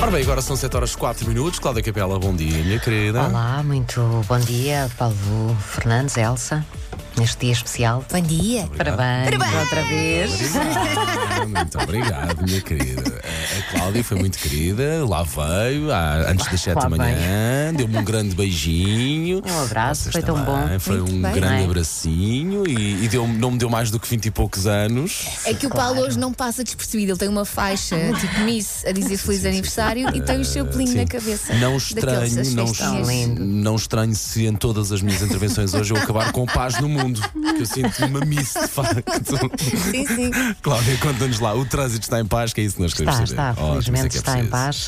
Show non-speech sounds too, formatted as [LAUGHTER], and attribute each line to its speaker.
Speaker 1: Ora bem, agora são 7 horas e 4 minutos. Cláudia Capela, bom dia, minha querida.
Speaker 2: Olá, muito bom dia, Paulo Fernandes, Elsa, neste dia especial.
Speaker 3: Bom dia.
Speaker 2: Parabéns, outra vez.
Speaker 1: Obrigado, Muito obrigado, minha querida. A, a Cláudia foi muito querida, lá veio, à- antes das 7 da
Speaker 2: Lá
Speaker 1: manhã, deu-me um grande beijinho.
Speaker 2: Um abraço,
Speaker 1: Vocês
Speaker 2: foi tão
Speaker 1: também.
Speaker 2: bom.
Speaker 1: Foi
Speaker 3: Muito
Speaker 1: um
Speaker 3: bem.
Speaker 1: grande
Speaker 2: Bem.
Speaker 1: abracinho e, e deu, não me deu mais do que 20 e poucos anos.
Speaker 3: É que o Paulo hoje não passa despercebido. Ele tem uma faixa tipo Miss
Speaker 1: [LAUGHS]
Speaker 3: a dizer feliz aniversário e tem o seu pelinho
Speaker 1: Eh, Sim.
Speaker 3: na cabeça.
Speaker 1: Não
Speaker 3: Daqueles das
Speaker 1: estranho, não,
Speaker 3: festinhas.
Speaker 2: estranho. Lindo.
Speaker 1: não estranho se em todas as minhas intervenções hoje eu acabar com paz no mundo, porque eu sinto uma miss de facto.
Speaker 3: Sim, sim.
Speaker 1: Cláudia, conta-nos lá, o trânsito está em paz, que é isso que nós queremos
Speaker 2: Está,
Speaker 1: saber.
Speaker 2: está,
Speaker 1: Ótimo, isso é
Speaker 2: felizmente
Speaker 1: que é
Speaker 2: está em
Speaker 1: preciso.
Speaker 2: paz.